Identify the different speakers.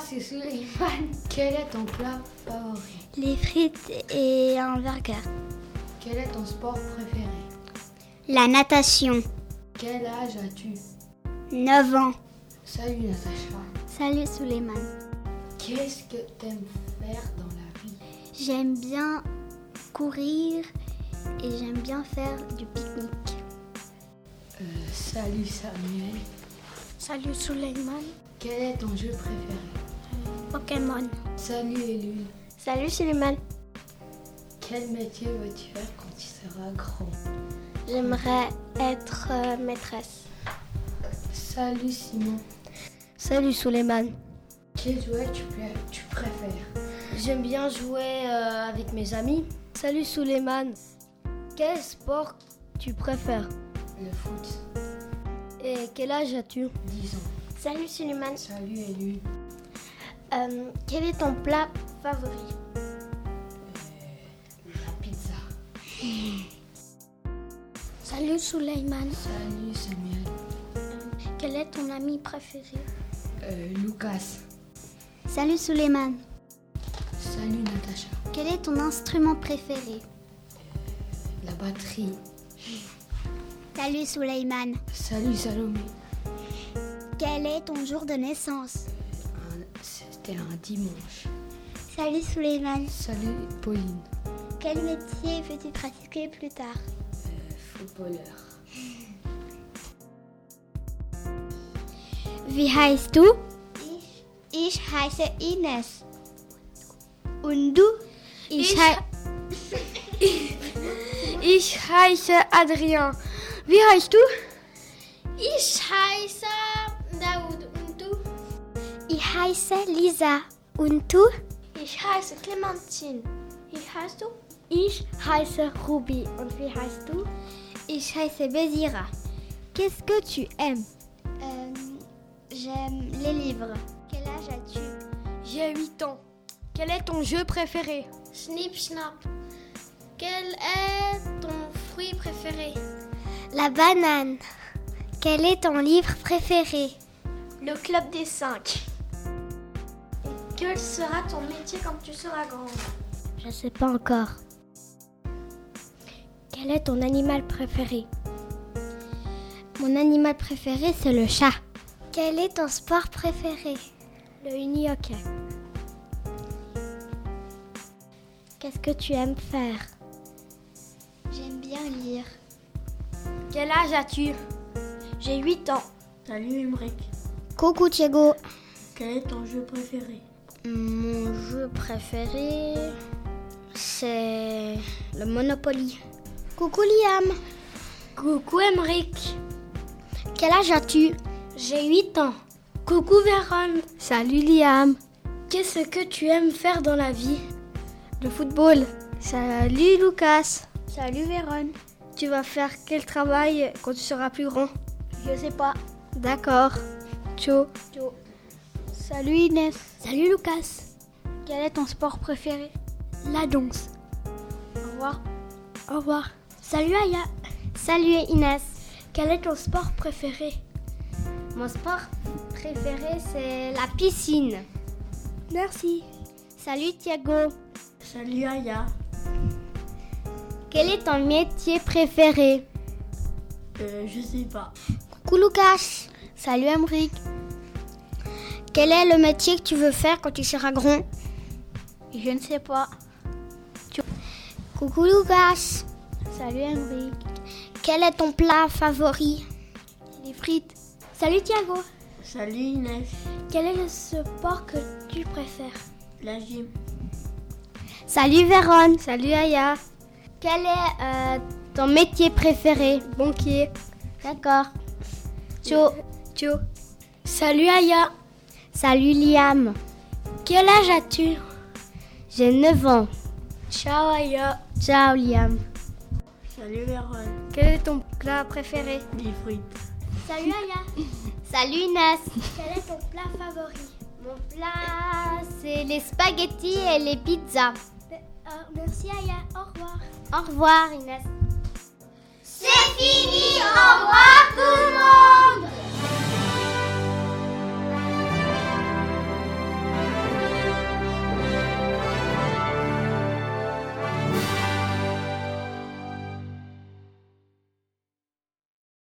Speaker 1: c'est Suleiman.
Speaker 2: Quel est ton plat favori
Speaker 3: Les frites et un burger.
Speaker 2: Quel est ton sport préféré
Speaker 3: La natation.
Speaker 2: Quel âge as-tu
Speaker 3: 9 ans.
Speaker 2: Salut Natacha.
Speaker 3: Salut Suleiman.
Speaker 2: Qu'est-ce que t'aimes faire dans la vie
Speaker 3: J'aime bien courir et j'aime bien faire du pique-nique.
Speaker 2: Euh, Salut Samuel.
Speaker 4: Salut Suleiman.
Speaker 2: Quel est ton jeu préféré
Speaker 4: Pokémon.
Speaker 2: Salut Elul.
Speaker 4: Salut Suleiman.
Speaker 2: Quel métier veux-tu faire quand tu seras grand
Speaker 4: J'aimerais être euh, maîtresse.
Speaker 2: Salut Simon.
Speaker 4: Salut Suleiman.
Speaker 2: Quel jouet tu, plais- tu préfères
Speaker 4: J'aime bien jouer euh, avec mes amis. Salut Suleiman. Quel sport tu préfères
Speaker 2: Le foot,
Speaker 4: Et quel âge as-tu
Speaker 2: 10 ans.
Speaker 4: Salut Suleiman.
Speaker 2: Salut Elul.
Speaker 4: Euh, quel est ton plat favori
Speaker 2: La pizza.
Speaker 3: Salut Suleiman.
Speaker 2: Salut Samuel.
Speaker 3: Quel est ton ami préféré
Speaker 2: Euh, Lucas.
Speaker 3: Salut Suleiman.
Speaker 2: Salut Natacha.
Speaker 3: Quel est ton instrument préféré
Speaker 2: La batterie.
Speaker 3: Salut Suleiman.
Speaker 2: Salut Salomé.
Speaker 3: Quel est ton jour de naissance
Speaker 2: Un- C'était un dimanche.
Speaker 3: Salut Suleiman.
Speaker 2: Salut Pauline.
Speaker 3: Quel métier veux-tu pratiquer plus tard
Speaker 2: Footballeur.
Speaker 3: Wie heißt du? Ich. Ich heiße Ines. Und du? Ich,
Speaker 4: Ich heiße Adrien. Wie heißt du
Speaker 1: Ich heiße Daoud. Und du?
Speaker 3: ich heiße Lisa. Und du?
Speaker 1: Ich heiße Clémentine. Wie heißt du?
Speaker 3: Ich heiße Ruby. Und wie heißt du? Ich heiße Bezira. Qu'est-ce que tu aimes J'aime les livres. Quel âge as-tu
Speaker 4: J'ai 8 ans. Quel est ton jeu préféré
Speaker 1: Snip, schnapp. Quel est ton fruit préféré?
Speaker 3: La banane. Quel est ton livre préféré
Speaker 1: Le club des 5. Et quel sera ton métier quand tu seras grand
Speaker 3: Je sais pas encore. Quel est ton animal préféré Mon animal préféré, c'est le chat. Quel est ton sport préféré Le unihockey. Qu'est-ce que tu aimes faire J'aime bien lire.
Speaker 4: Quel âge as-tu
Speaker 1: J'ai 8 ans.
Speaker 5: Salut Emmerich,
Speaker 3: Coucou Diego.
Speaker 5: quel est ton jeu préféré
Speaker 3: Mon jeu préféré, c'est le Monopoly. Coucou Liam. Coucou Emric. Quel âge as-tu J'ai 8 ans. Coucou Véron.
Speaker 4: Salut Liam.
Speaker 3: Qu'est-ce que tu aimes faire dans la vie
Speaker 4: Le football.
Speaker 3: Salut Lucas. Salut Véron.
Speaker 4: Tu vas faire quel travail quand tu seras plus grand
Speaker 3: Je sais pas.
Speaker 4: D'accord. Ciao.
Speaker 3: Salut Inès. Salut Lucas. Quel est ton sport préféré La danse. Au revoir. Au revoir. Salut Aya. Salut Inès. Quel est ton sport préféré Mon sport préféré, c'est la piscine. Merci. Salut Thiago.
Speaker 5: Salut Aya,
Speaker 3: Quel est ton métier préféré
Speaker 5: euh, je sais pas.
Speaker 3: Coucou Lucas. Salut Emric. Quel est le métier que tu veux faire quand tu seras grand Je ne sais pas. Coucou Lucas. Salut Emric. Quel est ton plat favori Les frites. Salut Thiago.
Speaker 5: Salut Inès,
Speaker 3: Quel est le sport que tu préfères
Speaker 5: la gym,
Speaker 3: Salut Véron. Salut Aya. Quel est euh, ton métier préféré Banquier. D'accord. Ciao. Ciao. Salut Aya. Salut Liam. Quel âge as-tu J'ai 9 ans. Ciao Aya. Ciao Liam.
Speaker 5: salut Véron,
Speaker 3: Quel est ton plat préféré
Speaker 5: les frites,
Speaker 3: Salut Aya. Salut Inès. Quel est ton plat favori Mon plat, c'est les euh, spaghettis et les pizzas. merci Aya. Au revoir. Au revoir Inès.